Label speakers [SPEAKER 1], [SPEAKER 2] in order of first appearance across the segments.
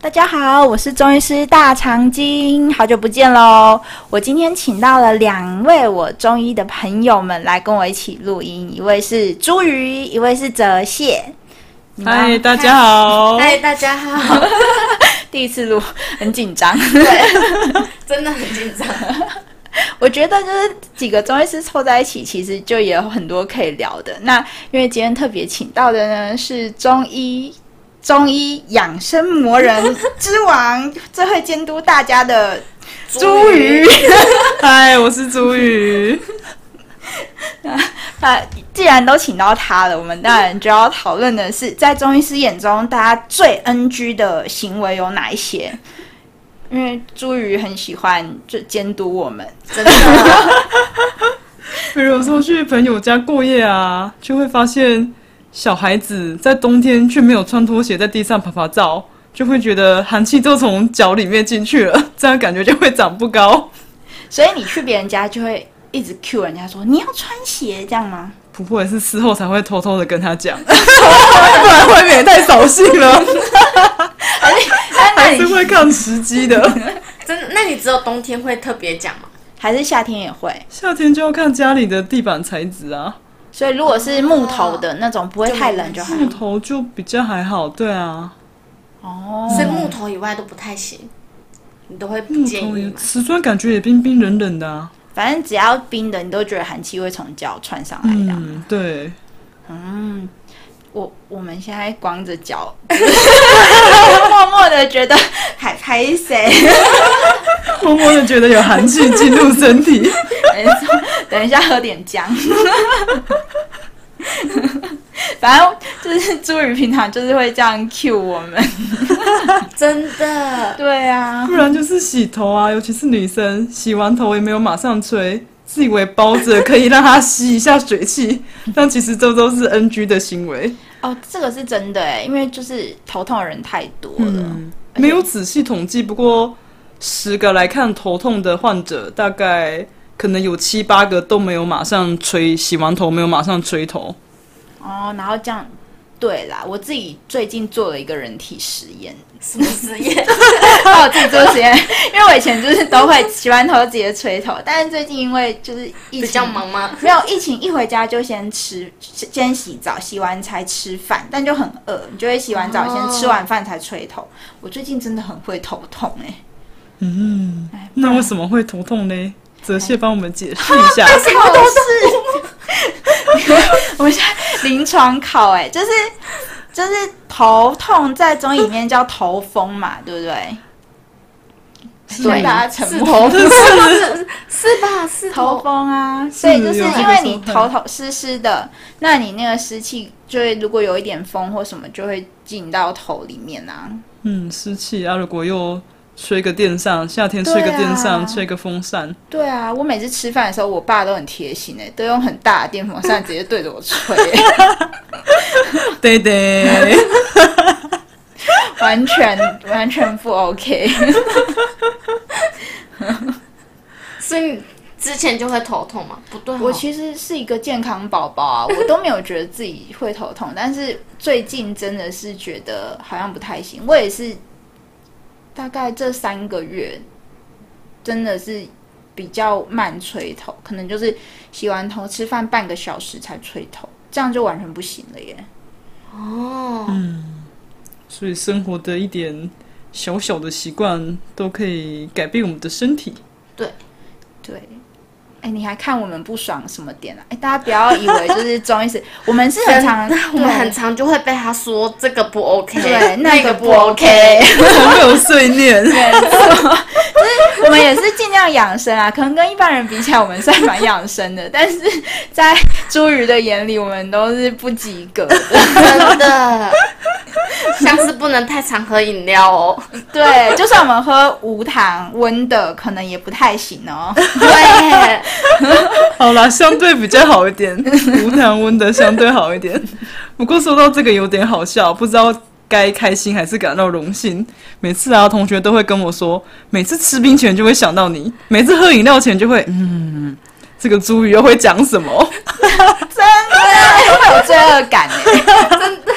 [SPEAKER 1] 大家好，我是中医师大长今，好久不见喽！我今天请到了两位我中医的朋友们来跟我一起录音，一位是朱瑜，一位是泽谢。你们
[SPEAKER 2] 嗨，大家好。
[SPEAKER 3] 嗨，哎大家好。
[SPEAKER 1] 第一次录，很紧张。
[SPEAKER 3] 对， 真的很紧张。
[SPEAKER 1] 我觉得就是几个中医师凑在一起，其实就也有很多可以聊的。那因为今天特别请到的呢是中医。中医养生魔人之王，最会监督大家的
[SPEAKER 3] 茱
[SPEAKER 1] 茱萸
[SPEAKER 3] 萸。
[SPEAKER 2] 嗨，我是朱宇。
[SPEAKER 1] 那既然都请到他了，我们当然就要讨论的是，在中医师眼中，大家最 NG 的行为有哪一些？因为茱萸很喜欢就监督我们，
[SPEAKER 3] 真的，
[SPEAKER 2] 比如有时候去朋友家过夜啊，就会发现小孩子在冬天却没有穿拖鞋在地上爬爬照，就会觉得寒气都从脚里面进去了， 这样感觉就会长不高。
[SPEAKER 1] 所以你去别人家就会一直 Q 人家说你要穿鞋，这样吗？
[SPEAKER 2] 不过也是事后才会偷偷的跟他讲， 不然未免也太扫兴了，
[SPEAKER 1] 那
[SPEAKER 2] 还
[SPEAKER 1] 你
[SPEAKER 2] 是会看时机的。
[SPEAKER 3] 真的。那你只有冬天会特别讲吗？
[SPEAKER 1] 还是夏天也会。
[SPEAKER 2] 夏天就要看家里的地板材质啊。
[SPEAKER 1] 所以如果是木头的那种，不会太冷就还
[SPEAKER 2] 木头就比较还好，对啊，
[SPEAKER 1] 好。
[SPEAKER 3] 所以
[SPEAKER 1] 哦，
[SPEAKER 3] 木头以外都不太行，你都会不
[SPEAKER 2] 木
[SPEAKER 3] 建
[SPEAKER 2] 头
[SPEAKER 3] 议
[SPEAKER 2] 也
[SPEAKER 3] 吗？
[SPEAKER 2] 瓷砖感觉也冰冰冷冷的啊。
[SPEAKER 1] 反正只要冰的，你都觉得寒气会从脚窜上来这样。
[SPEAKER 2] 嗯，对，
[SPEAKER 1] 嗯我我们现在光着脚， 默默的觉得还拍谁？
[SPEAKER 2] 默默的觉得有寒气进入身体。
[SPEAKER 1] 等一下等一下喝点姜。反正就是朱宇平常就是会这样 cue 我们。
[SPEAKER 3] 真的，
[SPEAKER 1] 对啊
[SPEAKER 2] 不，然就是洗头啊，尤其是女生，洗完头也没有马上吹，自以为包着可以让它吸一下水汽，但其实这都是 NG 的行为。
[SPEAKER 1] 哦，这个是真的哎，因为就是头痛的人太多了。
[SPEAKER 2] 嗯，没有仔细统计，不过十个来看头痛的患者，大概可能有七八个都没有马上吹，洗完头没有马上吹头。
[SPEAKER 1] 哦，然后这样，对啦，我自己最近做了一个人体实验，
[SPEAKER 3] 什么实 验？
[SPEAKER 1] 帮我自己做实验， 因为我以前就是都会洗完头直接吹头，但是最近因为就是疫情
[SPEAKER 3] 比较忙吗？
[SPEAKER 1] 没有疫情，一回家就先吃，先洗澡，洗完才吃饭，但就很饿，你就会洗完澡、
[SPEAKER 3] 哦
[SPEAKER 1] 先吃完饭才吹头。我最近真的很会头痛哎、
[SPEAKER 2] 嗯
[SPEAKER 1] 哎，
[SPEAKER 2] 那为
[SPEAKER 1] 么
[SPEAKER 2] 什么会头痛呢？泽谢帮我们解释一下。
[SPEAKER 1] 考试？ 我们现在临床考哎、就是就是头痛，在中医里面叫头风嘛，对不对？所以大家沉
[SPEAKER 3] 是
[SPEAKER 1] 默。
[SPEAKER 3] 是吧？是
[SPEAKER 1] 头
[SPEAKER 3] 头
[SPEAKER 1] 风啊，所以就是
[SPEAKER 2] 有这
[SPEAKER 1] 因
[SPEAKER 2] 个
[SPEAKER 1] 为
[SPEAKER 2] 说
[SPEAKER 1] 你头头湿湿的，那你那个湿气就会，如果有一点风或什么，就会进到头里面啊。
[SPEAKER 2] 嗯，湿气啊，如果又吹个电扇，夏天吹个电扇，
[SPEAKER 1] 对啊
[SPEAKER 2] 吹个风扇，
[SPEAKER 1] 对啊，我每次吃饭的时候，我爸都很贴心哎、都用很大的电风扇直接对着我吹、 欸
[SPEAKER 2] 对对，
[SPEAKER 1] 完全完全不 OK。
[SPEAKER 3] 所以你之前就会头痛吗？不对哦，
[SPEAKER 1] 我其实是一个健康宝宝啊，我都没有觉得自己会头痛， 但是最近真的是觉得好像不太行。我也是大概这三个月，真的是比较慢吹头，可能就是洗完头吃饭半个小时才吹头，这样就完全不行了耶。
[SPEAKER 3] 哦，
[SPEAKER 2] 所以生活的一点小小的习惯都可以改变我们的身 体。
[SPEAKER 1] 对。哎，你还看我们不爽什么点啊？哎，大家不要以为就是中医师，我们是很常，
[SPEAKER 3] 我们很
[SPEAKER 1] 对
[SPEAKER 3] 常就会被他说这个不 OK，
[SPEAKER 1] 对那
[SPEAKER 3] 那
[SPEAKER 1] 个
[SPEAKER 3] 个
[SPEAKER 1] 不
[SPEAKER 3] 不
[SPEAKER 1] OK
[SPEAKER 3] OK。
[SPEAKER 2] 好有碎念，
[SPEAKER 1] 我们也是尽量养生啊，可能跟一般人比起来，我们算蛮养生的，但是在茱萸的眼里，我们都是不及格的。
[SPEAKER 3] 真的， 像是不能太常喝饮料哦。
[SPEAKER 1] 对，就算我们喝无糖温的，可能也不太行哦。
[SPEAKER 3] 对，
[SPEAKER 2] 好啦，相对比较好一 点，无糖温的相对好一点。不过说到这个有点好笑，不知道该开心还是感到荣幸。每次啊，同学都会跟我说，每次吃冰前就会想到你，每次喝饮料前就会，嗯，这个茱萸又会讲什么？
[SPEAKER 1] 真的会有罪恶感哎、真的。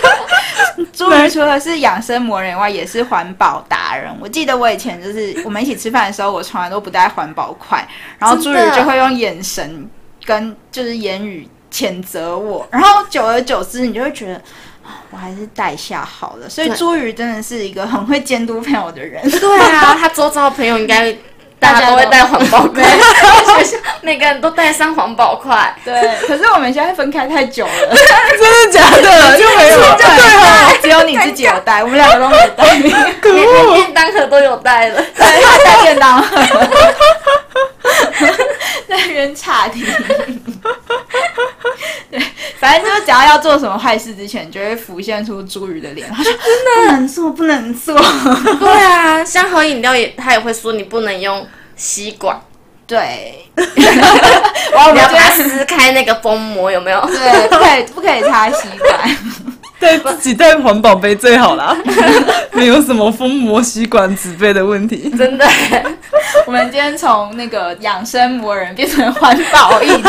[SPEAKER 1] 茱们除了是养生魔人以外，也是环保达人。我记得我以前就是我们一起吃饭的时候，我从来都不带环保筷，然后朱
[SPEAKER 3] 真
[SPEAKER 1] 宇
[SPEAKER 3] 的
[SPEAKER 1] 就会用眼神跟就是言语谴责我，然后久而久之，你就会觉得。啊我还是带下好了，所以
[SPEAKER 3] 对
[SPEAKER 1] 朱宇真的是一个很会监督朋友的人。
[SPEAKER 3] 对 啊，他周遭的朋友应该大家都会带环保筷， 学校每个人都带上环保筷。
[SPEAKER 1] 对，可是我们现在分开太久 了，
[SPEAKER 2] 真的假的？又没有，对哦，
[SPEAKER 1] 只有你自己有带，我们两个都没带。
[SPEAKER 2] 啊可
[SPEAKER 3] 连连
[SPEAKER 2] 恶！
[SPEAKER 3] 便当盒都有带了，
[SPEAKER 1] 对，他带便当盒， 在那边岔 题。对，反正就是只要要做什么坏事之前，就会浮现出朱啊宇的脸，他说不能做，不能做。
[SPEAKER 3] 对啊，像喝饮料也，他也会说你不能用吸管，
[SPEAKER 1] 对，然后 我
[SPEAKER 3] 你
[SPEAKER 1] 们
[SPEAKER 3] 要
[SPEAKER 1] 就
[SPEAKER 3] 把它
[SPEAKER 1] 要
[SPEAKER 3] 撕开那个封膜，有没有？
[SPEAKER 1] 对，不可以不可以插吸管。
[SPEAKER 2] 带自己带环保杯最好 啦，没有什么封膜、吸管、纸杯的问题。
[SPEAKER 3] 真 的，
[SPEAKER 1] 我们今天从那个养生魔人变成环保一体。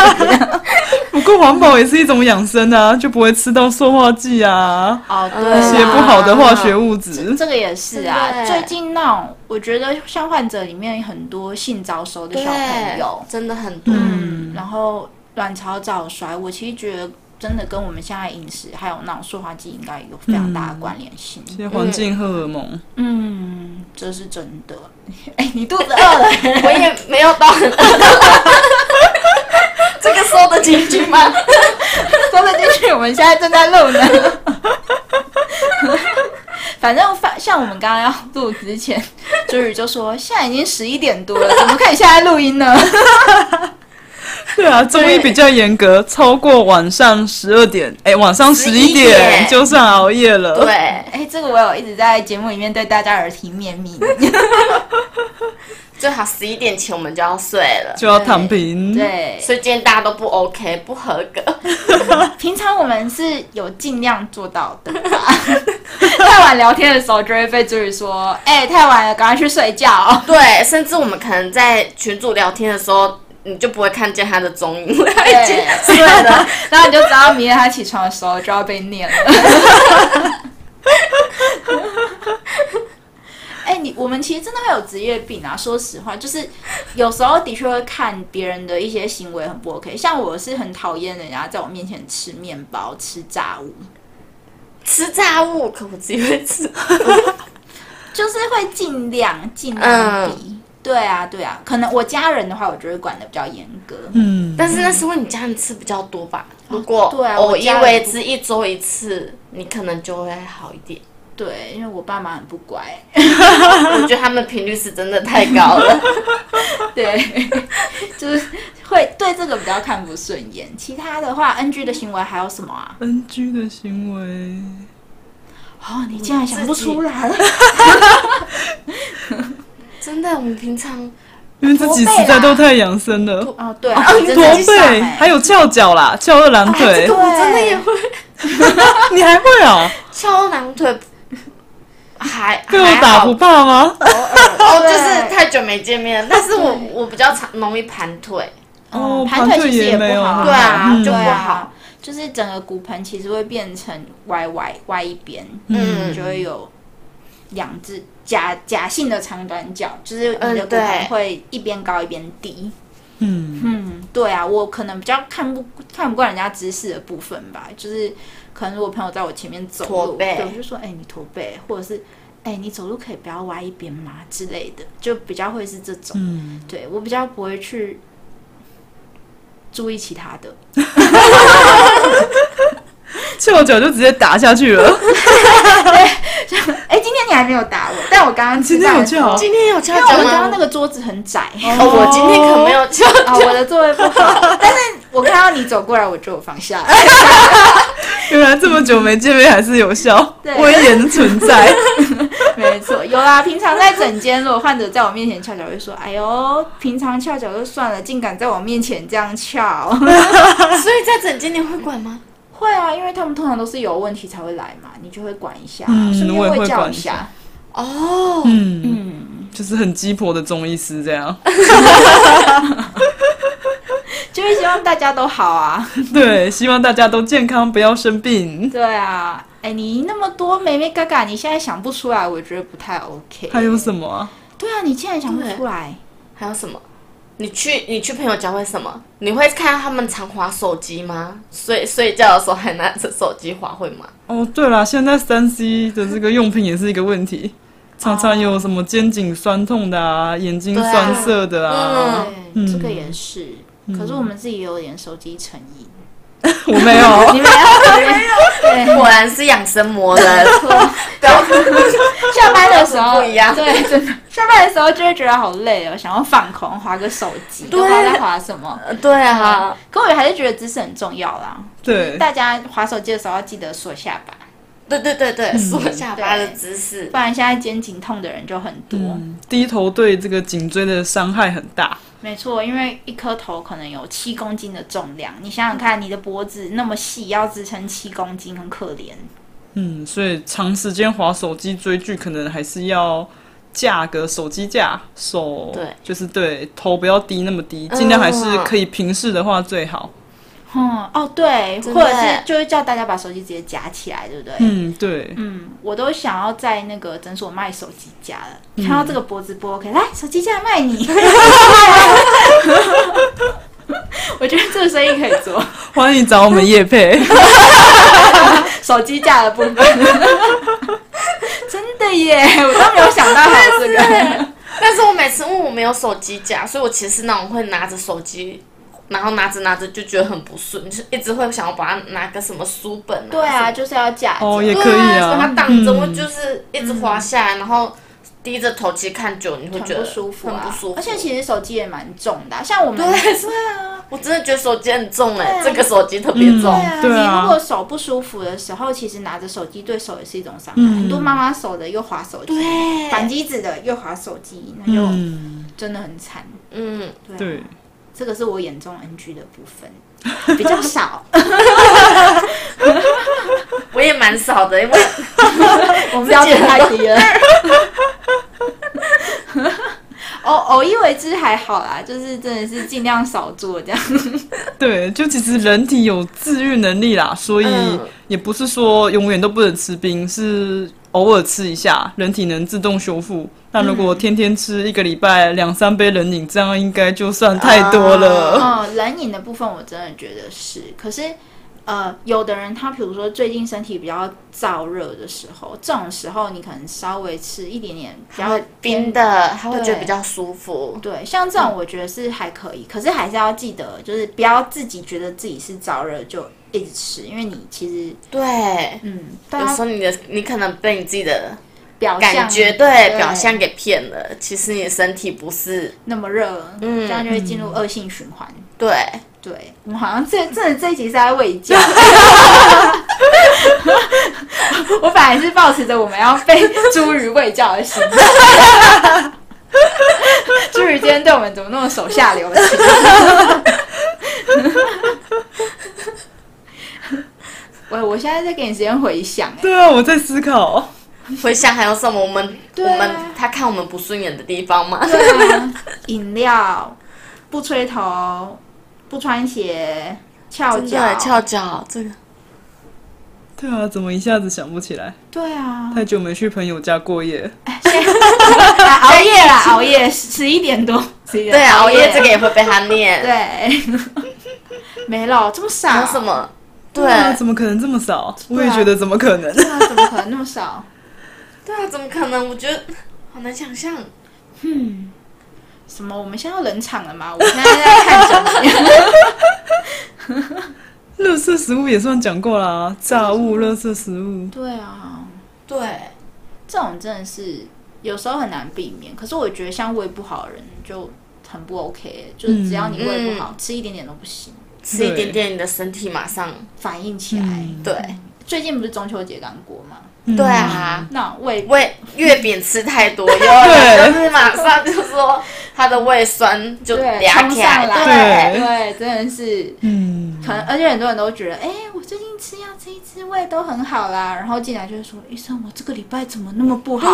[SPEAKER 2] 不过环保也是一种养生啊，就不会吃到塑化剂啊，
[SPEAKER 1] 哦，
[SPEAKER 3] 对
[SPEAKER 2] 一
[SPEAKER 3] 啦
[SPEAKER 2] 些不好的化学物质。
[SPEAKER 1] 这个也是啊，
[SPEAKER 3] 对
[SPEAKER 1] 最近那种我觉得像患者里面很多性早熟的小朋友，
[SPEAKER 3] 真的很多，
[SPEAKER 1] 嗯，然后卵巢早衰，我其实觉得真的跟我们现在饮食还有那种塑化剂应该有非常大的关联性。
[SPEAKER 2] 一些环境荷尔蒙，
[SPEAKER 1] 嗯，这是真的。 哎，你肚子饿了？
[SPEAKER 3] 我也没有到很。 这个说得进去吗？
[SPEAKER 1] 说得进去，我们现在正在录呢。 反正发像我们刚刚要录之前，朱宇就说现在已经十一点多了，怎么可以现在录音呢？
[SPEAKER 2] 对啊，中医比较严格，超过晚上十二点，哎，晚上十一
[SPEAKER 3] 11
[SPEAKER 2] 点
[SPEAKER 3] 点
[SPEAKER 2] 就算熬夜了。
[SPEAKER 3] 对，
[SPEAKER 1] 哎，这个我有一直在节目里面对大家耳提面命。
[SPEAKER 3] 最好十一点前我们就要睡了。
[SPEAKER 2] 就要躺平。
[SPEAKER 1] 对， 所
[SPEAKER 3] 所以今天大家都不 OK，不合格。
[SPEAKER 1] 以平常我们是有尽量做到的吧。 太晚聊天的时候就会被助理说：“哎、太晚了，赶快去睡觉、
[SPEAKER 3] 对，甚至我们可能在群组聊天的时候，你就不会看见他的踪影，他已经
[SPEAKER 1] 对
[SPEAKER 3] 睡了。
[SPEAKER 1] 然后你就知道明天他起床的时候就要被念了。 哎、你我们其实真的会有职业病啊！说实话，就是有时候的确会看别人的一些行为很不 OK。像我是很讨厌人家在我面前吃面包、吃炸物，
[SPEAKER 3] 吃炸物，可我自己会吃。
[SPEAKER 1] 就是会尽量尽量避。对啊，对啊，可能我家人的话，我就会管的比较严格。
[SPEAKER 2] 嗯，
[SPEAKER 3] 但是那是因为你家人吃比较多吧？如果
[SPEAKER 1] 对啊
[SPEAKER 3] 偶
[SPEAKER 1] 我
[SPEAKER 3] 一
[SPEAKER 1] 家人
[SPEAKER 3] 为
[SPEAKER 1] 不
[SPEAKER 3] 之，一周一次，你可能就会好一点。
[SPEAKER 1] 对，因为我爸妈很不乖。
[SPEAKER 3] 啊我觉得他们频率是真的太高了。
[SPEAKER 1] 对，就是会对这个比较看不顺眼。其他的话，NG 的行为还有什么啊？
[SPEAKER 2] NG 的行为，
[SPEAKER 1] 哦，你竟然想不出来了，
[SPEAKER 3] 真的，我们平常
[SPEAKER 2] 因为自己实在都太养生了，
[SPEAKER 1] 哦，对、
[SPEAKER 3] 哦
[SPEAKER 1] 你真的
[SPEAKER 2] 啊驼
[SPEAKER 1] 去上啊
[SPEAKER 2] 背
[SPEAKER 1] 哎
[SPEAKER 2] 还有翘脚啦，翘二郎
[SPEAKER 3] 哎这
[SPEAKER 2] 腿
[SPEAKER 3] 个，我真的也会
[SPEAKER 2] 你还会 啊？
[SPEAKER 3] 翘二郎腿，还
[SPEAKER 2] 被我
[SPEAKER 3] 还
[SPEAKER 2] 打
[SPEAKER 3] 好
[SPEAKER 2] 不怕吗？
[SPEAKER 3] 哦，
[SPEAKER 1] 对
[SPEAKER 3] 就是太久没见面了，但是我我比较常容易盘腿，
[SPEAKER 2] 哦
[SPEAKER 1] 嗯盘腿其实也不好啊，
[SPEAKER 2] 盘腿也没有
[SPEAKER 3] 对啊，
[SPEAKER 2] 嗯
[SPEAKER 3] 就
[SPEAKER 1] 对
[SPEAKER 3] 不
[SPEAKER 1] 啊
[SPEAKER 3] 好。，
[SPEAKER 1] 就是整个骨盆其实会变成歪歪歪一边，
[SPEAKER 3] 嗯
[SPEAKER 1] 就会有两只假假性的长短脚，就是你的
[SPEAKER 3] 嗯
[SPEAKER 1] 骨盆
[SPEAKER 3] 对
[SPEAKER 1] 会一边高一边低。
[SPEAKER 2] 嗯，
[SPEAKER 1] 嗯，对啊，我可能比较看不看不惯人家姿势的部分吧，就是可能如果朋友在我前面走
[SPEAKER 3] 驼
[SPEAKER 1] 路，
[SPEAKER 3] 背
[SPEAKER 1] 对，我就说，哎、你驼背，或者是，哎、你走路可以不要歪一边吗之类的，就比较会是这种。
[SPEAKER 2] 嗯，
[SPEAKER 1] 对我比较不会去注意其他的，
[SPEAKER 2] 嗯翘脚就直接打下去了。
[SPEAKER 1] 哎、今天你还没有打我，但我刚刚吃
[SPEAKER 2] 今天
[SPEAKER 1] 饭
[SPEAKER 2] 有
[SPEAKER 1] 的时候
[SPEAKER 2] 翘，
[SPEAKER 3] 今天有
[SPEAKER 1] 因
[SPEAKER 3] 翘
[SPEAKER 1] 为我
[SPEAKER 3] 脚
[SPEAKER 1] 们刚刚
[SPEAKER 3] 吗
[SPEAKER 1] 那？个桌子很窄。
[SPEAKER 3] 哦，我今天可没有 翘，
[SPEAKER 1] 啊、我的座位不好，但是我看到你走过来，我就有放下了。
[SPEAKER 2] 原来这么久没见面还是有效，
[SPEAKER 1] 对
[SPEAKER 2] 威严存在。
[SPEAKER 1] 没错，有啦。平常在诊间，如果患者在我面前翘脚，会说：“哎呦，平常翘脚就算了，竟敢在我面前这样 翘。
[SPEAKER 3] 所以在整间你会管吗？”
[SPEAKER 1] 会啊，因为他们通常都是有问题才会来嘛，你就会管一下，
[SPEAKER 2] 嗯
[SPEAKER 1] 顺、
[SPEAKER 2] 我也
[SPEAKER 1] 便
[SPEAKER 2] 会
[SPEAKER 1] 叫
[SPEAKER 2] 管一下
[SPEAKER 1] 下。
[SPEAKER 3] 哦，
[SPEAKER 2] 嗯，
[SPEAKER 1] 嗯，
[SPEAKER 2] 就是很鸡婆的中医师这样。
[SPEAKER 1] 就是希望大家都好啊。啊
[SPEAKER 2] 对，希望大家都健康，不要生病。
[SPEAKER 1] 对啊，哎、你那么多妹妹嘎嘎，你现在想不出来，我觉得不太 OK。
[SPEAKER 2] 还有什么啊？
[SPEAKER 1] 对啊，你竟然想不
[SPEAKER 3] 对
[SPEAKER 1] 出来，
[SPEAKER 3] 还有什么？你去你去朋友家会什么？你会看到他们常划手机吗？睡睡觉的时候还拿着手机划会吗？
[SPEAKER 2] 哦，对啦，现在三 C 的这个用品也是一个问题，常常有什么肩颈酸痛的啊，眼睛
[SPEAKER 3] 对啊
[SPEAKER 2] 酸涩 的啊，
[SPEAKER 1] 对，
[SPEAKER 2] 嗯
[SPEAKER 1] 这个也是。可是我们自己也有点手机成瘾，
[SPEAKER 2] 我没有，
[SPEAKER 1] 哦 你们要对，
[SPEAKER 3] 果然是养生魔 人，啊
[SPEAKER 1] 下班的时候
[SPEAKER 3] 不一样
[SPEAKER 1] 对，真的，下班的时候就会觉得好累哦，想要放空，划个手机，
[SPEAKER 3] 对
[SPEAKER 1] 都不知道在划什么。
[SPEAKER 3] 呃对啊，
[SPEAKER 1] 可我还是觉得知识很重要啦。
[SPEAKER 2] 对，
[SPEAKER 1] 大家划手机的时候要记得缩下巴，
[SPEAKER 3] 对对对对，缩下巴的姿势
[SPEAKER 1] 不，然现在肩颈痛的人就很多。
[SPEAKER 2] 嗯，低头对这个颈椎的伤害很大，
[SPEAKER 1] 没错，因为一颗头可能有七公斤的重量，你想想看，你的脖子那么细，要支撑七公斤，很可怜。
[SPEAKER 2] 嗯，所以长时间划手机追剧，可能还是要架个手机架，手
[SPEAKER 3] 对
[SPEAKER 2] 就是对头不要低那么低，尽量还是
[SPEAKER 3] 嗯
[SPEAKER 2] 可以平视的话最好。
[SPEAKER 1] 嗯，哦对，
[SPEAKER 3] 真
[SPEAKER 1] 或
[SPEAKER 3] 的
[SPEAKER 1] 者是就是叫大家把手机直接夹起来，对不对？
[SPEAKER 2] 嗯，对，
[SPEAKER 1] 嗯，我都想要在那个诊所卖手机架了，看到这个脖子不 OK，来手机架卖你。我觉得这个生意可以做，
[SPEAKER 2] 欢迎找我们叶 佩。
[SPEAKER 1] 手机架的部分。真的耶，我都没有想到还有这个。
[SPEAKER 3] 但是我每次因为我没有手机架，所以我其实那种会拿着手机，然后拿着拿着就觉得很不顺，就是一直会想要把它拿个什么书本啊，
[SPEAKER 1] 对啊，，就是要架着。
[SPEAKER 2] 哦也
[SPEAKER 3] 对
[SPEAKER 2] 可以啊
[SPEAKER 3] 所以它挡着我
[SPEAKER 2] 嗯
[SPEAKER 3] 就是一直滑下来，然后低着头其实看久你会觉
[SPEAKER 1] 很
[SPEAKER 3] 得
[SPEAKER 1] 不舒服、
[SPEAKER 3] 很
[SPEAKER 1] 啊，
[SPEAKER 3] 不舒服，
[SPEAKER 1] 而且其实手机也蛮重的啊、像我们
[SPEAKER 3] 对对啊，我真的觉得手机很重
[SPEAKER 1] 对
[SPEAKER 3] 哎、
[SPEAKER 1] 啊
[SPEAKER 3] 这个手机特别重。
[SPEAKER 2] 嗯对啊
[SPEAKER 1] 你如果手不舒服的时候，其实拿着手机对手也是一种伤害。
[SPEAKER 2] 嗯
[SPEAKER 1] 很多妈妈手的又划手机，
[SPEAKER 3] 对啊
[SPEAKER 1] 反机子的又划手机，那就
[SPEAKER 2] 嗯，
[SPEAKER 1] 真的很惨。
[SPEAKER 3] 嗯，
[SPEAKER 1] 对啊
[SPEAKER 2] 对，
[SPEAKER 1] 这个是我眼中 NG 的部分，比较 少。
[SPEAKER 3] 我也蛮少的，因为
[SPEAKER 1] 我们标准太低了。 偶偶一为之还好啦，就是真的是尽量少做这样。
[SPEAKER 2] 对，就其实人体有自愈能力啦，所以
[SPEAKER 3] 嗯
[SPEAKER 2] 也不是说永远都不能吃冰，是偶尔吃一下，人体能自动修复。那如果天天吃一个礼拜两三杯冷饮，这样应该就算太多了。
[SPEAKER 1] 哦，冷饮的部分我真的觉得是，可是呃，有的人他比如说最近身体比较燥热的时候，这种时候你可能稍微吃一点点比
[SPEAKER 3] 然
[SPEAKER 1] 较
[SPEAKER 3] 后冰，的，他会
[SPEAKER 1] 对
[SPEAKER 3] 觉得比较舒服。
[SPEAKER 1] 对，像这
[SPEAKER 3] 嗯
[SPEAKER 1] 种我觉得是还可以，可是还是要记得，就是不要自己觉得自己是燥热就一直吃，因为你其实
[SPEAKER 3] 对，
[SPEAKER 1] 嗯，
[SPEAKER 3] 有
[SPEAKER 1] 大家
[SPEAKER 3] 时候你的你可能被你自己的
[SPEAKER 1] 表象
[SPEAKER 3] 感觉对表象给骗了，其实你的身体不是
[SPEAKER 1] 那么热，
[SPEAKER 3] 嗯
[SPEAKER 1] 这样就会进入恶性循环。
[SPEAKER 3] 对。
[SPEAKER 1] 对，我们好像这这这一集是在喂 教。我本来是抱持着我们要被茱萸喂教的心。茱萸今天对我们怎么那么手下留 情？我我现在在给你时间回想、欸，
[SPEAKER 2] 对啊，我在思考。
[SPEAKER 3] 回想还有什么我们
[SPEAKER 1] 对
[SPEAKER 3] 我
[SPEAKER 1] 啊
[SPEAKER 3] 们他看我们不顺眼的地方吗？
[SPEAKER 1] 对啊，饮料，不吹头，不穿鞋，翘
[SPEAKER 3] 真
[SPEAKER 1] 脚
[SPEAKER 3] 的，翘脚这个
[SPEAKER 2] 对啊，怎么一下子想不起来？
[SPEAKER 1] 对啊，
[SPEAKER 2] 太久没去朋友家过夜，
[SPEAKER 1] 啊熬夜啦，熬夜十一点多，十一点
[SPEAKER 3] 对啊，熬夜这个也啊会被他念。
[SPEAKER 1] 对， 没了，这么少，
[SPEAKER 3] 还有什？么？对
[SPEAKER 2] 啊，怎么可能这么少？我也
[SPEAKER 1] 对啊
[SPEAKER 2] 觉得怎么可能？
[SPEAKER 1] 对 啊，怎么可能那么少？
[SPEAKER 3] 对啊，怎么可能？我觉得好难想象。
[SPEAKER 1] 什么？我们现在要冷场了吗？我现在在看什么？
[SPEAKER 2] 垃圾食物也算讲过啦，炸物、垃圾食物，
[SPEAKER 1] 对啊，
[SPEAKER 3] 对，
[SPEAKER 1] 这种真的是有时候很难避免。可是我觉得像胃不好的人就很不 OK，就是只要你胃不好，吃一点点都不行，
[SPEAKER 3] 吃一
[SPEAKER 2] 对
[SPEAKER 3] 点点，你的身体马上
[SPEAKER 1] 反应起来。
[SPEAKER 2] 嗯
[SPEAKER 3] 对
[SPEAKER 1] 最近不是中秋节刚过吗？
[SPEAKER 3] 对啊。
[SPEAKER 1] 那胃
[SPEAKER 3] 胃月饼吃太多，有 人就是马上就说他的胃酸就
[SPEAKER 1] 对
[SPEAKER 3] 嗲
[SPEAKER 1] 冲
[SPEAKER 3] 起
[SPEAKER 1] 上
[SPEAKER 3] 来，
[SPEAKER 1] 来，
[SPEAKER 2] 对
[SPEAKER 1] 对，真的是。
[SPEAKER 2] 嗯，
[SPEAKER 1] 可能而且很多人都觉得，哎、我最近吃药吃一吃胃都很好啦，然后进来就会说，医生，我这个礼拜怎么那么不好？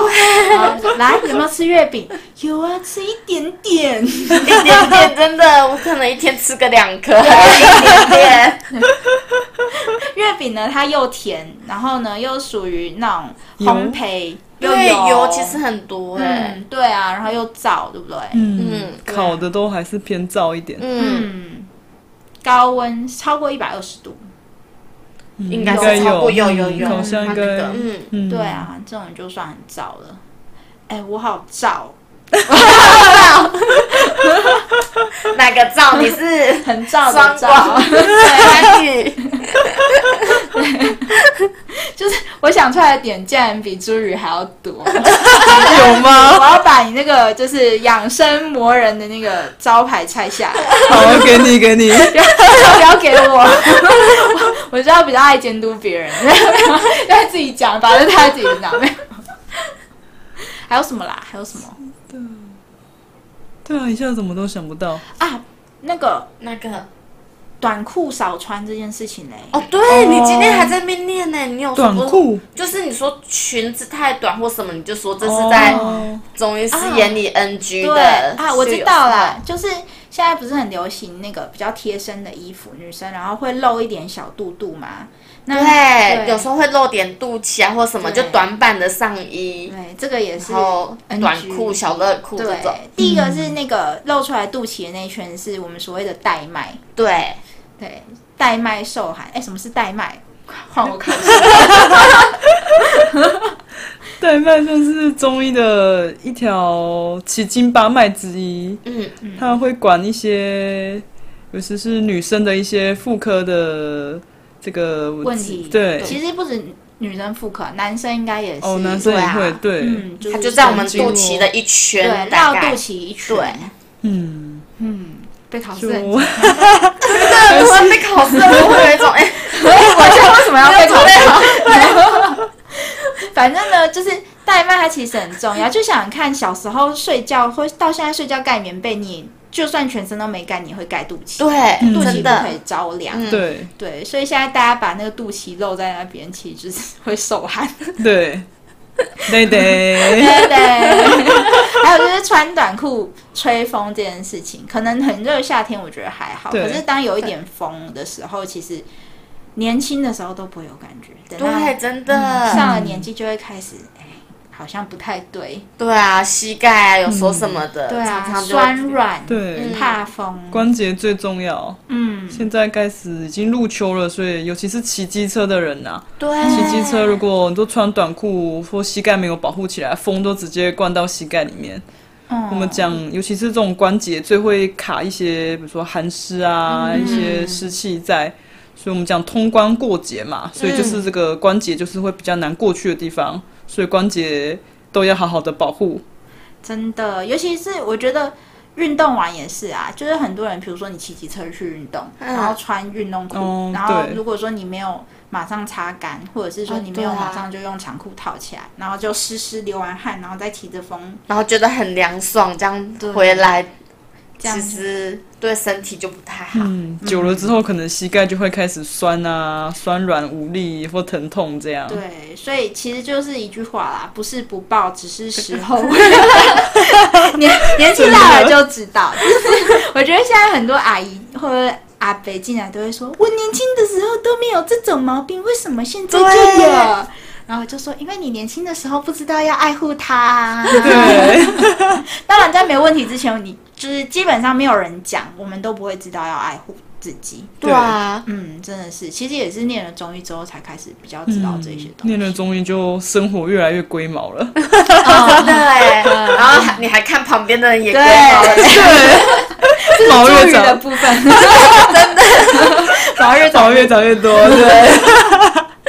[SPEAKER 1] 然后就说来，有没有吃月饼？有啊，吃一点点。
[SPEAKER 3] 对，一点点 真的，我可能一天吃个两颗，一点点。
[SPEAKER 1] 月饼呢，它又甜，然后呢又属于那种
[SPEAKER 2] 油
[SPEAKER 1] 烘焙
[SPEAKER 3] 因
[SPEAKER 1] 又
[SPEAKER 3] 为油
[SPEAKER 1] 油，
[SPEAKER 3] 其实很多哎、
[SPEAKER 1] 嗯对啊，然后又燥，对不对？
[SPEAKER 2] 嗯，
[SPEAKER 3] 嗯
[SPEAKER 2] 烤的都还是偏燥一点，
[SPEAKER 3] 嗯，
[SPEAKER 1] 嗯，高温超过一百二十度，
[SPEAKER 3] 嗯应
[SPEAKER 2] 该
[SPEAKER 3] 该是超过有
[SPEAKER 2] 有
[SPEAKER 3] 有
[SPEAKER 2] 嗯
[SPEAKER 3] 有，
[SPEAKER 2] 烤箱
[SPEAKER 3] 它
[SPEAKER 2] 应
[SPEAKER 3] 那个
[SPEAKER 2] 该
[SPEAKER 3] 嗯，
[SPEAKER 2] 嗯，
[SPEAKER 1] 对，啊，这种就算很燥了。哎，我好燥，
[SPEAKER 3] 哪个照你是
[SPEAKER 1] 很燥的
[SPEAKER 3] 双光
[SPEAKER 1] 燥。
[SPEAKER 3] 韩语？
[SPEAKER 1] 我想出来的点竟然比茱萸还要多，
[SPEAKER 2] 有吗？
[SPEAKER 1] 我要把你那个就是养生魔人的那个招牌拆下来。
[SPEAKER 2] 好，给你给 你，啊
[SPEAKER 1] 不要给我， 我我知道比较爱监督别人， 要自己讲，反正他自己讲。没有还有什么啦？还有什么
[SPEAKER 2] 对啊，一下怎么都想不
[SPEAKER 3] 哦
[SPEAKER 2] 到，
[SPEAKER 1] 啊？那个
[SPEAKER 3] 那个
[SPEAKER 1] 短裤少穿这件事情嘞，
[SPEAKER 3] 哦，对你今天还在那边念呢，你有说
[SPEAKER 2] 短
[SPEAKER 3] 不是
[SPEAKER 2] 裤
[SPEAKER 3] 就是你说裙子太短或什么，你就说这是在
[SPEAKER 2] 哦
[SPEAKER 3] 中医师眼里 NG
[SPEAKER 1] 对
[SPEAKER 3] 的
[SPEAKER 1] 啊，我知道啦，就是现在不是很流行那个比较贴身的衣服，女生然后会露一点小肚肚嘛。那
[SPEAKER 3] 对，有时
[SPEAKER 1] 候
[SPEAKER 3] 候会露点肚脐啊，或什么，
[SPEAKER 1] 对
[SPEAKER 3] 就短版的上衣，
[SPEAKER 1] 对这个也是
[SPEAKER 3] 然后
[SPEAKER 1] NG
[SPEAKER 3] 短裤、小热裤这
[SPEAKER 1] 对
[SPEAKER 3] 种。。
[SPEAKER 1] 第一
[SPEAKER 3] 嗯
[SPEAKER 1] 个是那个露出来肚脐的那一圈，是我们所谓的带脉。
[SPEAKER 3] 对，
[SPEAKER 1] 对，代卖受寒。哎，什么是代卖？换我看一下。
[SPEAKER 2] 带脉算是中医的一条奇经八脉之一，
[SPEAKER 3] 嗯，
[SPEAKER 2] 他会管一些，尤其是女生的一些妇科的这个
[SPEAKER 1] 问 题
[SPEAKER 2] 对，
[SPEAKER 1] 其实不止女生妇科，男生应该也是。
[SPEAKER 2] 哦，男生也会，
[SPEAKER 1] 对啊。
[SPEAKER 2] 对，
[SPEAKER 1] 嗯，就是
[SPEAKER 3] 它就在我们
[SPEAKER 2] 经
[SPEAKER 3] 肚
[SPEAKER 2] 络
[SPEAKER 3] 脐的一圈，
[SPEAKER 1] 对
[SPEAKER 3] 大
[SPEAKER 1] 绕
[SPEAKER 3] 概
[SPEAKER 1] 肚脐一圈。
[SPEAKER 3] 对
[SPEAKER 2] 嗯，
[SPEAKER 1] 嗯，被考
[SPEAKER 2] 就
[SPEAKER 1] 试很。
[SPEAKER 3] 对，如果被考试了，我会有一种哎，
[SPEAKER 1] 我现在为什么要被考
[SPEAKER 3] 没有
[SPEAKER 1] 试？ 反正呢，就是代卖它其实很重要。就想看小时候睡觉，或到现在睡觉盖棉被，你就算全身都没盖，你会盖肚脐。
[SPEAKER 3] 对，
[SPEAKER 1] 肚
[SPEAKER 3] 真
[SPEAKER 1] 脐不可
[SPEAKER 3] 的，
[SPEAKER 1] 以着凉。
[SPEAKER 3] 嗯
[SPEAKER 2] 对
[SPEAKER 1] 对，所以现在大家把那个肚脐露在那边，其实就是会受汗。
[SPEAKER 2] 对，对对，
[SPEAKER 1] 对对，还有就是穿短裤吹风这件事情，可能很热的夏天我觉得还好，
[SPEAKER 2] 对
[SPEAKER 1] 可是当有一点风的时候，其实年轻的时候都不会有感觉，等
[SPEAKER 3] 对，
[SPEAKER 1] 到
[SPEAKER 3] 真
[SPEAKER 1] 上
[SPEAKER 3] 的，
[SPEAKER 1] 了年纪就会开始，哎，好像不太对，
[SPEAKER 3] 对啊，膝盖啊，有时候什么的，
[SPEAKER 1] 对啊
[SPEAKER 3] 常，常就
[SPEAKER 1] 酸软，
[SPEAKER 2] 对，
[SPEAKER 3] 嗯
[SPEAKER 1] 怕风，
[SPEAKER 2] 关节最重要。
[SPEAKER 1] 嗯，
[SPEAKER 2] 现在开始已经入秋了，所以尤其是骑机车的人呐、啊，
[SPEAKER 3] 对，
[SPEAKER 2] 骑机车如果你都穿短裤或膝盖没有保护起来，风都直接灌到膝盖里面。
[SPEAKER 1] 嗯
[SPEAKER 2] 我们讲，尤其是这种关节最会卡一些，比如说寒湿啊，一些湿气在。所以我们讲通关过节嘛，所以就是这个关节就是会比较难过去的地方，所以关节都要好好的保护。
[SPEAKER 1] 真的，尤其是我觉得。运动完也是啊，就是很多人，比如说你骑机车去运动，
[SPEAKER 3] 嗯
[SPEAKER 1] 然后穿运动裤，
[SPEAKER 2] 哦
[SPEAKER 1] 然后
[SPEAKER 2] 对
[SPEAKER 1] 如果说你没有马上擦干，或者是说
[SPEAKER 3] 哦
[SPEAKER 1] 你没有
[SPEAKER 3] 对啊
[SPEAKER 1] 马上就用长裤套起来，然后就湿湿流完汗，然后再提着风，
[SPEAKER 3] 然后觉得很凉爽，这样
[SPEAKER 1] 对
[SPEAKER 3] 回来，
[SPEAKER 1] 这样
[SPEAKER 3] 其实对身体就不太好。
[SPEAKER 2] 嗯，久了之后可能膝盖就会开始酸啊，酸软无力或疼痛这样。
[SPEAKER 1] 对，所以其实就是一句话啦，不是不报，只是时 候。 年年纪大了就知道，就是 我觉得现在很多阿姨或者阿伯进来都会说，我年轻的时候都没有这种毛病，为什么现在就
[SPEAKER 3] 对
[SPEAKER 1] 有？然后我就说，因为你年轻的时候不知道要爱护它、啊。
[SPEAKER 2] 对，
[SPEAKER 1] 当然，在没有问题之前，你就是基本上没有人讲，我们都不会知道要爱护自己。
[SPEAKER 3] 对 啊，
[SPEAKER 1] 嗯，真的是，其实也是念了中医之后才开始比较知道这些东西。
[SPEAKER 2] 嗯念了中医就生活越来越龟毛 了。
[SPEAKER 3] 真的哎， 然后还你还看旁边的人也
[SPEAKER 1] 对
[SPEAKER 3] 跟 我
[SPEAKER 2] 对，毛
[SPEAKER 1] 术
[SPEAKER 2] 越
[SPEAKER 1] 语的
[SPEAKER 2] 长
[SPEAKER 1] 部分，真的毛越
[SPEAKER 2] 毛
[SPEAKER 1] 长
[SPEAKER 2] 越长越多。对，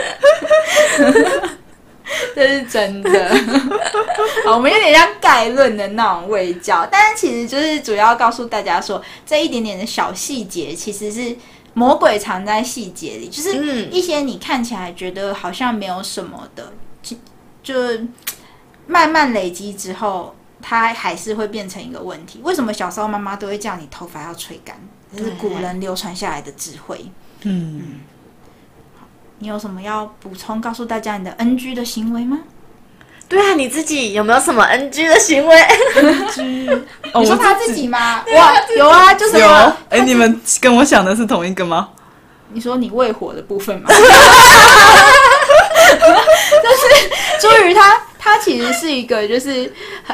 [SPEAKER 1] 这是真的。 好，我们有点像概论的那种味教，但是其实就是主要告诉大家说，这一点点的小细节其实是魔鬼藏在细节里，就是
[SPEAKER 3] 嗯
[SPEAKER 1] 一些你看起来觉得好像没有什么的，就就慢慢累积之后。它还是会变成一个问题。为什么小时候妈妈都会叫你头发要吹干？这是古
[SPEAKER 3] 对
[SPEAKER 1] 人流传下来的智慧。
[SPEAKER 2] 嗯。
[SPEAKER 1] 你有什么要补充告诉大家你的 NG 的行为吗？
[SPEAKER 3] 对啊，你自己有没有什么 NG 的 行为？
[SPEAKER 2] 哦，
[SPEAKER 1] 你说
[SPEAKER 2] 我
[SPEAKER 1] 他自己吗？哇，有啊，就是
[SPEAKER 2] 有
[SPEAKER 1] 那个
[SPEAKER 2] 哎、你们跟我想的是同一个吗？
[SPEAKER 1] 你说你胃火的部分吗？就是朱瑜他他其实是一个就是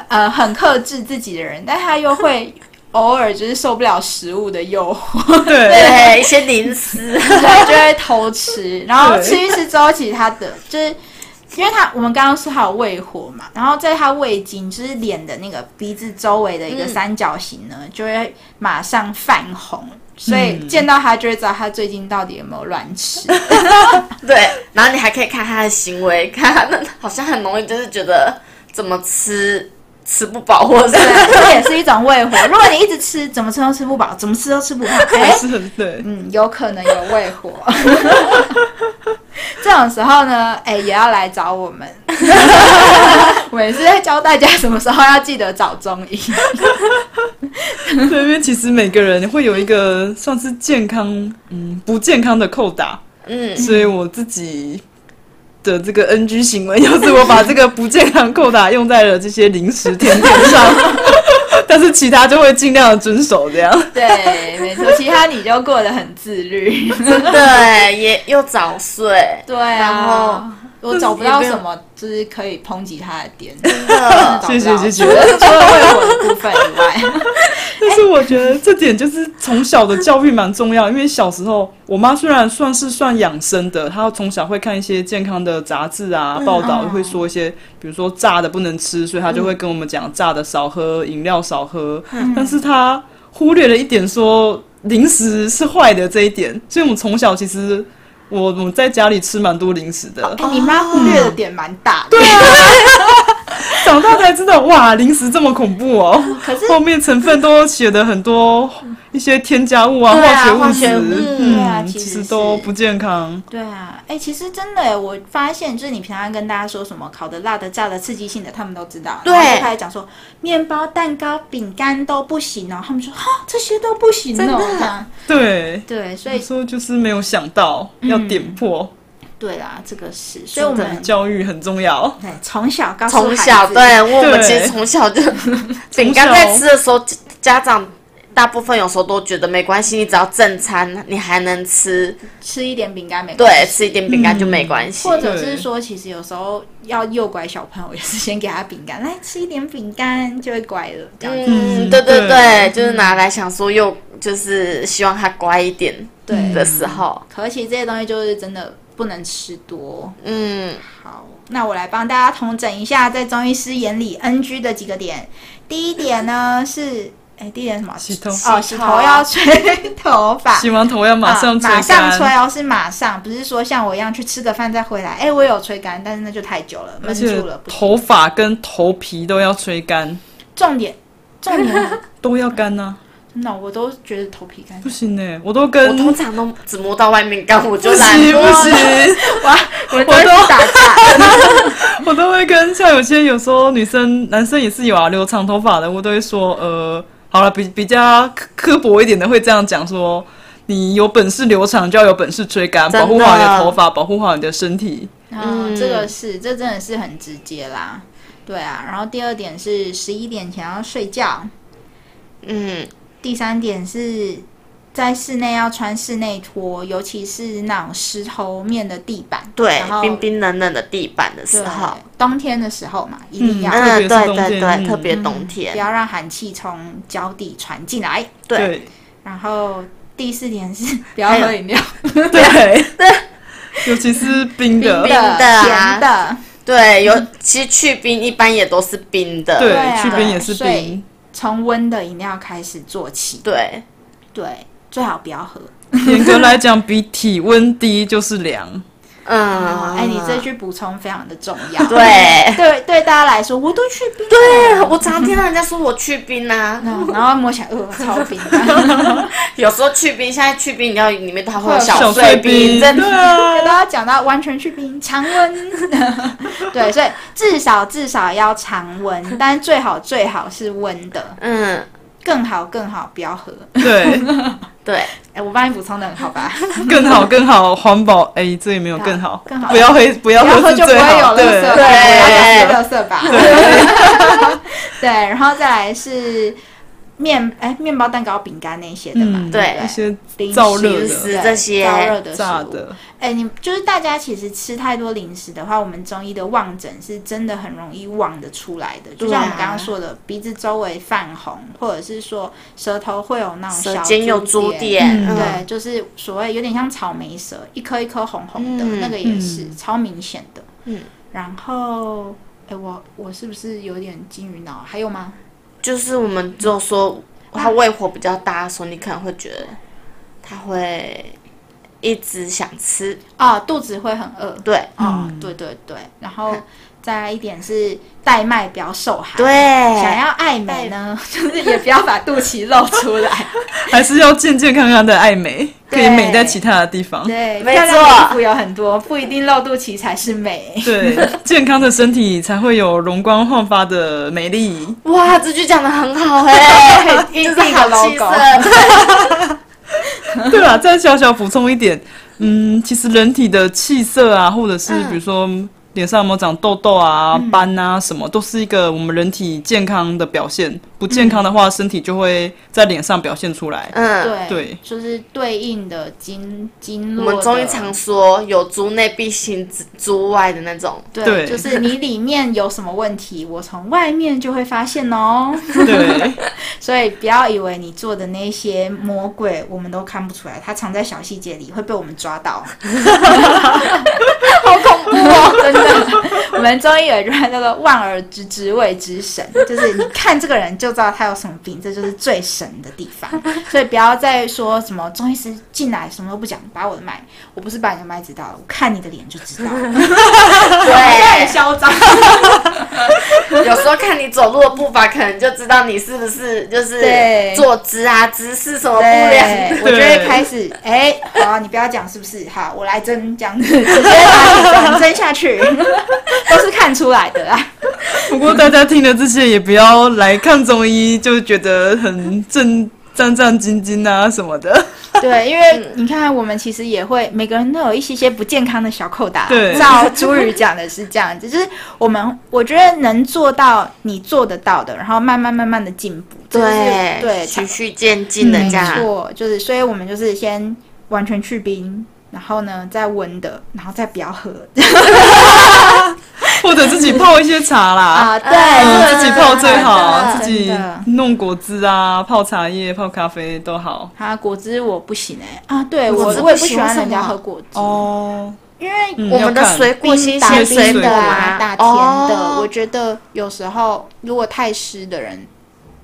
[SPEAKER 1] 呃很克制自己的人，但他又会偶尔就是受不了食物的诱惑，
[SPEAKER 2] 对，
[SPEAKER 3] 对，一些零食，
[SPEAKER 1] 所以就会偷吃，然后
[SPEAKER 2] 对
[SPEAKER 1] 吃一吃之后，其实他的就是。因为他我们刚刚说他有胃火嘛，然后在他胃经，就是脸的那个鼻子周围的一个
[SPEAKER 3] 嗯
[SPEAKER 1] 三角形呢，就会马上泛红，所以
[SPEAKER 2] 嗯
[SPEAKER 1] 见到他就会知道他最近到底有没有乱吃。
[SPEAKER 3] 对，然后你还可以看他的行为，看他那好像很容易就是觉得怎么吃吃不饱，或者是
[SPEAKER 1] 对，这也是一种胃火。如果你一直吃，怎么吃都吃不饱，怎么吃都吃不胖，哎、
[SPEAKER 2] 还是很对，
[SPEAKER 1] 嗯，有可能有胃火。 这种时候呢，哎、也要来找我 们。我也是在教大家什么时候要记得找中医。
[SPEAKER 2] 对，因为其实每个人会有一个算是健康，嗯，不健康的扣打，
[SPEAKER 3] 嗯，
[SPEAKER 2] 所以我自己的这个 NG 行为，就是我把这个不健康扣打用在了这些零食甜点上， 但是其他就会尽量的遵守这样。
[SPEAKER 1] 对，没错，其他你就过得很自律。
[SPEAKER 3] 对，也又早 睡，
[SPEAKER 1] 对啊，
[SPEAKER 3] 然后
[SPEAKER 1] 我找不到什么就是可以抨击他的点，真
[SPEAKER 3] 的
[SPEAKER 1] 找不到
[SPEAKER 2] 谢谢谢谢
[SPEAKER 1] 除了除了胃火的部分以外，
[SPEAKER 2] 但是我觉得这点就是从小的教育蛮重要，因为小时候我妈虽然算是算养生的，她从小会看一些健康的杂志啊报道，
[SPEAKER 1] 嗯
[SPEAKER 2] 会说一些比如说炸的不能吃，所以她就会跟我们讲炸的少喝，饮料少喝。但是她忽略了一点说零食是坏的这一点，所以我们从小其实我我们在家里吃蛮多零食的，
[SPEAKER 1] 哎你妈忽略的点蛮大的。
[SPEAKER 2] 长大才知道哇零食这么恐怖哦，
[SPEAKER 1] 可是
[SPEAKER 2] 后面成分都写的很多一些添加物啊，
[SPEAKER 3] 对啊
[SPEAKER 2] 化学
[SPEAKER 3] 化
[SPEAKER 2] 物
[SPEAKER 3] 学
[SPEAKER 2] 质，嗯
[SPEAKER 3] 物
[SPEAKER 1] 对啊其
[SPEAKER 2] 其
[SPEAKER 1] 实
[SPEAKER 2] 实
[SPEAKER 1] 是
[SPEAKER 2] 都不健康。
[SPEAKER 1] 对啊，哎、其实真的耶，我发现就是你平常跟大家说什么烤的、辣的、炸的、刺激性的，他们都知道。
[SPEAKER 3] 对
[SPEAKER 1] 然后就开始讲说面包、蛋糕、饼干都不行哦，他们说哈这些都不行
[SPEAKER 3] 真
[SPEAKER 1] 哦
[SPEAKER 3] 的。嗯
[SPEAKER 1] 这样
[SPEAKER 2] 对，
[SPEAKER 1] 对，所
[SPEAKER 2] 有
[SPEAKER 1] 以
[SPEAKER 2] 时候就是没有想到要点破，
[SPEAKER 1] 对啦，这个是，所以我
[SPEAKER 3] 真的
[SPEAKER 1] 们啊
[SPEAKER 2] 教育很重要。
[SPEAKER 1] 对从小告诉
[SPEAKER 3] 从小
[SPEAKER 1] 孩子
[SPEAKER 3] 对，我们
[SPEAKER 2] 对
[SPEAKER 3] 其实从小就饼干在吃的时候，家家长。大部分有时候都觉得没关系，你只要正餐，你还能吃，
[SPEAKER 1] 吃一点饼干没关
[SPEAKER 3] 对，
[SPEAKER 1] 系
[SPEAKER 3] 吃一点饼干就没关系。
[SPEAKER 1] 或者是
[SPEAKER 2] 对
[SPEAKER 1] 说，其实有时候要诱拐小朋友，也是先给他饼干，来吃一点饼干就会乖了，这样子。
[SPEAKER 3] 嗯，
[SPEAKER 2] 嗯
[SPEAKER 3] 对对
[SPEAKER 2] 对
[SPEAKER 3] 对，就是拿来想说又就是希望他乖一点
[SPEAKER 1] 对
[SPEAKER 3] 的时候，
[SPEAKER 1] 可是其实这些东西就是真的不能吃多。
[SPEAKER 3] 嗯，
[SPEAKER 1] 好，那我来帮大家统整一下，在中医师眼里 NG 的几个点。第一点呢是，哎，第一点是什么？
[SPEAKER 2] 洗头
[SPEAKER 1] 哦，洗头要吹头发。
[SPEAKER 2] 洗完头要 马上吹
[SPEAKER 1] 啊、马上吹
[SPEAKER 2] 干，
[SPEAKER 1] 哦，是马上，不是说像我一样去吃个饭再回来。哎，我有吹干，但是那就太久了，闷
[SPEAKER 2] 而且
[SPEAKER 1] 住了。不行
[SPEAKER 2] 头发跟头皮都要吹干，
[SPEAKER 1] 重 点，重点，
[SPEAKER 2] 都要干呐、
[SPEAKER 1] 真的我都觉得头皮干
[SPEAKER 2] 不。行呢、欸我都
[SPEAKER 3] 我
[SPEAKER 2] 跟
[SPEAKER 3] 通常都只摸到外面干，我就
[SPEAKER 2] 不
[SPEAKER 3] 懒
[SPEAKER 2] 行
[SPEAKER 3] 惰
[SPEAKER 2] 不行
[SPEAKER 3] 了。，
[SPEAKER 1] 我
[SPEAKER 2] 我都
[SPEAKER 1] 打架，
[SPEAKER 2] 我都会跟像有些有时候女生男生也是有啊，留长头发的，我都会说，呃，好了，比比较刻刻薄一点的会这样讲说，你有本事留长就要有本事吹干，
[SPEAKER 3] 真的
[SPEAKER 2] 保护好你的头发，保护好你的身体。
[SPEAKER 1] 嗯，
[SPEAKER 3] 嗯
[SPEAKER 1] 这个是，这真的是很直接啦。对啊，然后第二点是十一点前要睡觉，
[SPEAKER 3] 嗯，
[SPEAKER 1] 第三点是在室内要穿室内拖，尤其是那种石头面的地板，
[SPEAKER 3] 对
[SPEAKER 1] 然，后
[SPEAKER 3] 冰冰冷冷的地板的时
[SPEAKER 1] 对
[SPEAKER 3] 候，
[SPEAKER 1] 冬天的时候嘛，一定要、
[SPEAKER 2] 特别
[SPEAKER 3] 嗯，
[SPEAKER 2] 是
[SPEAKER 3] 对
[SPEAKER 2] 冬
[SPEAKER 3] 对
[SPEAKER 2] 天
[SPEAKER 3] 对，
[SPEAKER 2] 嗯
[SPEAKER 3] 特别冬天
[SPEAKER 1] 不，要让寒气从脚底传进来。
[SPEAKER 3] 对，
[SPEAKER 1] 然后第四点 是不要
[SPEAKER 3] 还有
[SPEAKER 1] 喝饮料，
[SPEAKER 2] 对对， 尤其是冰的，
[SPEAKER 3] 冰的啊
[SPEAKER 1] 甜的，
[SPEAKER 3] 对，有其实去冰一般也都是冰
[SPEAKER 2] 对，
[SPEAKER 1] 对
[SPEAKER 3] 的，
[SPEAKER 1] 啊
[SPEAKER 2] 去冰也是
[SPEAKER 1] 所以
[SPEAKER 2] 冰，
[SPEAKER 1] 从温的饮料开始做起。
[SPEAKER 3] 对，
[SPEAKER 1] 对，最好不要喝。
[SPEAKER 2] 严格来讲，比体温低就是凉。
[SPEAKER 3] 嗯，
[SPEAKER 1] 哎，你这句补充非常的重要。
[SPEAKER 3] 对
[SPEAKER 1] 对对，大家来说，我都去冰的。
[SPEAKER 3] 对，我常听到人家说我去冰啊，
[SPEAKER 1] 嗯然后摸起来，呃，超冰的。
[SPEAKER 3] 有时候去冰，现在去冰饮料里面它会有
[SPEAKER 1] 小
[SPEAKER 2] 小
[SPEAKER 3] 碎
[SPEAKER 2] 碎冰，
[SPEAKER 3] 真
[SPEAKER 2] 对
[SPEAKER 3] 的
[SPEAKER 2] 啊，
[SPEAKER 1] 都要讲到完全去冰常温，对，所以至少至少要常 温，但最好最好是温的，
[SPEAKER 3] 嗯，
[SPEAKER 1] 更好更好不要喝。
[SPEAKER 2] 对，
[SPEAKER 3] 对，
[SPEAKER 1] 哎，我帮你补充的很好吧？
[SPEAKER 2] 更好更好，环保，哎、这也没有更好，
[SPEAKER 1] 更好
[SPEAKER 2] 不要黑，不要
[SPEAKER 1] 不要喝
[SPEAKER 2] 是
[SPEAKER 1] 就不
[SPEAKER 2] 最
[SPEAKER 1] 会有
[SPEAKER 2] 好，
[SPEAKER 1] 垃圾吧，
[SPEAKER 2] 对
[SPEAKER 1] 不。要 有
[SPEAKER 3] 对
[SPEAKER 1] 垃圾吧。对，然后再来是面哎面包、蛋糕、饼干那些的嘛，
[SPEAKER 2] 嗯，
[SPEAKER 1] 对
[SPEAKER 3] 对
[SPEAKER 2] 一
[SPEAKER 1] 不
[SPEAKER 2] 些
[SPEAKER 1] 对？
[SPEAKER 2] 燥热
[SPEAKER 1] 零
[SPEAKER 2] 的
[SPEAKER 1] 食对
[SPEAKER 3] 这些
[SPEAKER 1] 燥热的食
[SPEAKER 2] 炸
[SPEAKER 1] 物
[SPEAKER 2] 的，
[SPEAKER 1] 哎、你就是大家其实吃太多零食的话，我们中医的望诊是真的很容易望得出来的。就像我们刚刚
[SPEAKER 3] 啊
[SPEAKER 1] 说的，鼻子周围泛红，或者是说舌头会有那种
[SPEAKER 3] 舌
[SPEAKER 1] 哦小
[SPEAKER 3] 尖有
[SPEAKER 1] 珠
[SPEAKER 3] 珠
[SPEAKER 1] 点，
[SPEAKER 3] 点，
[SPEAKER 2] 嗯
[SPEAKER 3] 嗯
[SPEAKER 1] 对，就是所谓有点像草莓舌，一颗一颗红红的，
[SPEAKER 3] 嗯
[SPEAKER 1] 那个也是、超明显的。
[SPEAKER 3] 嗯，
[SPEAKER 1] 然后哎、我我是不是有点金鱼脑？还有吗？
[SPEAKER 3] 就是我们只有说他胃火比较大的时候，你可能会觉得他会一直想吃，
[SPEAKER 1] 啊，肚子会很饿。
[SPEAKER 3] 对
[SPEAKER 1] 哦，
[SPEAKER 2] 嗯
[SPEAKER 1] 对对对，然后再来一点是带脉不要受寒。
[SPEAKER 3] 对，
[SPEAKER 1] 想要爱美呢， 就是也不要把肚脐露出来。
[SPEAKER 2] 还是要健健康康的爱美，可以
[SPEAKER 1] 对
[SPEAKER 2] 美在其他的地 方。
[SPEAKER 1] 对，
[SPEAKER 3] 没
[SPEAKER 1] 漂亮的
[SPEAKER 3] 错
[SPEAKER 1] 衣服有很多，不一定露肚脐才是美。
[SPEAKER 2] 对，健康的身体才会有容光焕发的 美丽。
[SPEAKER 3] 哇，这句讲的很好哎、
[SPEAKER 1] 一
[SPEAKER 3] 就是
[SPEAKER 1] 一个
[SPEAKER 3] 好气
[SPEAKER 1] logo
[SPEAKER 3] 色，
[SPEAKER 2] 对啦，再小小补充一点，嗯，其实人体的气色啊，或者是
[SPEAKER 3] 嗯
[SPEAKER 2] 比如说脸上有没有长痘痘啊、
[SPEAKER 1] 嗯
[SPEAKER 2] 斑啊什么，都是一个我们人体健康的表现。不健康的话，身体就会在脸上表现 出来。
[SPEAKER 3] 嗯，
[SPEAKER 1] 对
[SPEAKER 2] 对
[SPEAKER 1] 就是对应的经经
[SPEAKER 3] 我
[SPEAKER 1] 络的。
[SPEAKER 3] 们中医常说有足内必行，之足外的那 种，
[SPEAKER 1] 对，
[SPEAKER 2] 对
[SPEAKER 1] 就是你里面有什么问题，我从外面就会发现哦。
[SPEAKER 2] 对，
[SPEAKER 1] 所以不要以为你做的那些魔鬼，我们都看不出来，它藏在小细节里，会被我们抓到。
[SPEAKER 3] 好恐怖。哦
[SPEAKER 1] 真的，我们中医有一句话叫做“望而知之谓之神”，就是你看这个人就知道他有什么病，这就是最神的地 方。所以不要再说什么中医师进来什么都不讲，把我的脉，我不是把你的脉知道了，我看你的脸就知道了。
[SPEAKER 3] 对，
[SPEAKER 1] 嚣张。
[SPEAKER 3] 有时候看你走路的步伐，可能就知道你是不是就是
[SPEAKER 1] 对
[SPEAKER 3] 坐姿啊、姿势什么不良。
[SPEAKER 1] 对，我就会开始，哎、好、你不要讲是不是？好，我来针，这样 子直接把你针针下去，都是看出来的啦。
[SPEAKER 2] 不过大家听了这些，也不要来看中医就觉得很正战战兢兢啊什么的。
[SPEAKER 1] 对，因为你看，啊我们其实也会，每个人都有一些些不健康的小扣打。啊
[SPEAKER 2] 对
[SPEAKER 1] 照朱宇讲的是这样子，就是我们我觉得能做到你做得到的，然后慢慢慢慢的进步，这就是
[SPEAKER 3] 对
[SPEAKER 1] 对，
[SPEAKER 3] 循序渐进的
[SPEAKER 1] 没
[SPEAKER 3] 这样。
[SPEAKER 1] 错，就是所以我们就是先完全去冰，然后呢再温的，然后再不要喝
[SPEAKER 2] 或者自己泡一些茶啦，
[SPEAKER 1] 啊，对，
[SPEAKER 3] 嗯
[SPEAKER 1] 这个
[SPEAKER 2] 自己泡最
[SPEAKER 3] 真
[SPEAKER 2] 好，
[SPEAKER 3] 的
[SPEAKER 2] 自己
[SPEAKER 1] 真的
[SPEAKER 2] 弄果汁啊，泡茶叶、泡咖啡都好。
[SPEAKER 1] 啊，果汁我不行哎、啊，对我
[SPEAKER 3] 欸果汁
[SPEAKER 1] 我也
[SPEAKER 3] 不
[SPEAKER 1] 不喜
[SPEAKER 3] 行为
[SPEAKER 1] 欢
[SPEAKER 3] 什
[SPEAKER 1] 人家
[SPEAKER 3] 么啊
[SPEAKER 1] 喝果汁，
[SPEAKER 2] 哦，
[SPEAKER 1] 因为
[SPEAKER 2] 嗯
[SPEAKER 3] 我们的
[SPEAKER 2] 要看
[SPEAKER 3] 水果新
[SPEAKER 1] 打
[SPEAKER 3] 鲜
[SPEAKER 2] 冰
[SPEAKER 3] 水
[SPEAKER 1] 冰
[SPEAKER 3] 果
[SPEAKER 1] 的
[SPEAKER 3] 啊
[SPEAKER 1] 啊，，打甜的，
[SPEAKER 3] 哦
[SPEAKER 1] 我觉得有时候如果太湿的人，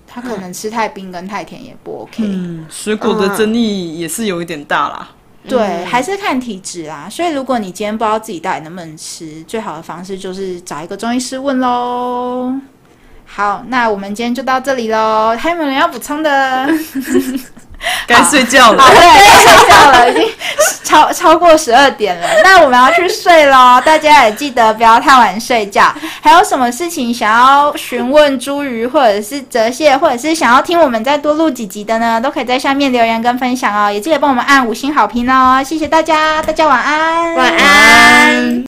[SPEAKER 1] 他可能吃太冰跟太甜也不 OK。
[SPEAKER 2] 嗯，水果的争议也是有一点大
[SPEAKER 3] 啊
[SPEAKER 2] 啦。
[SPEAKER 1] 对，还是看体质啦。所以如果你今天不知道自己到底能不能吃，最好的方式就是找一个中医师问喽。好，那我们今天就到这里喽。还有没有人要补充的？
[SPEAKER 2] 该睡觉
[SPEAKER 1] 好，
[SPEAKER 2] 了，
[SPEAKER 1] 对，该 睡觉了，已经超超过十二点了。那我们要去睡喽，大家也记得不要太晚睡觉。还有什么事情想要询问朱鱼，或者是泽蟹，或者是想要听我们再多录几集的呢，都可以在下面留言跟分享哦。也记得帮我们按五星好评哦，谢谢大家，大家晚安，
[SPEAKER 3] 晚安。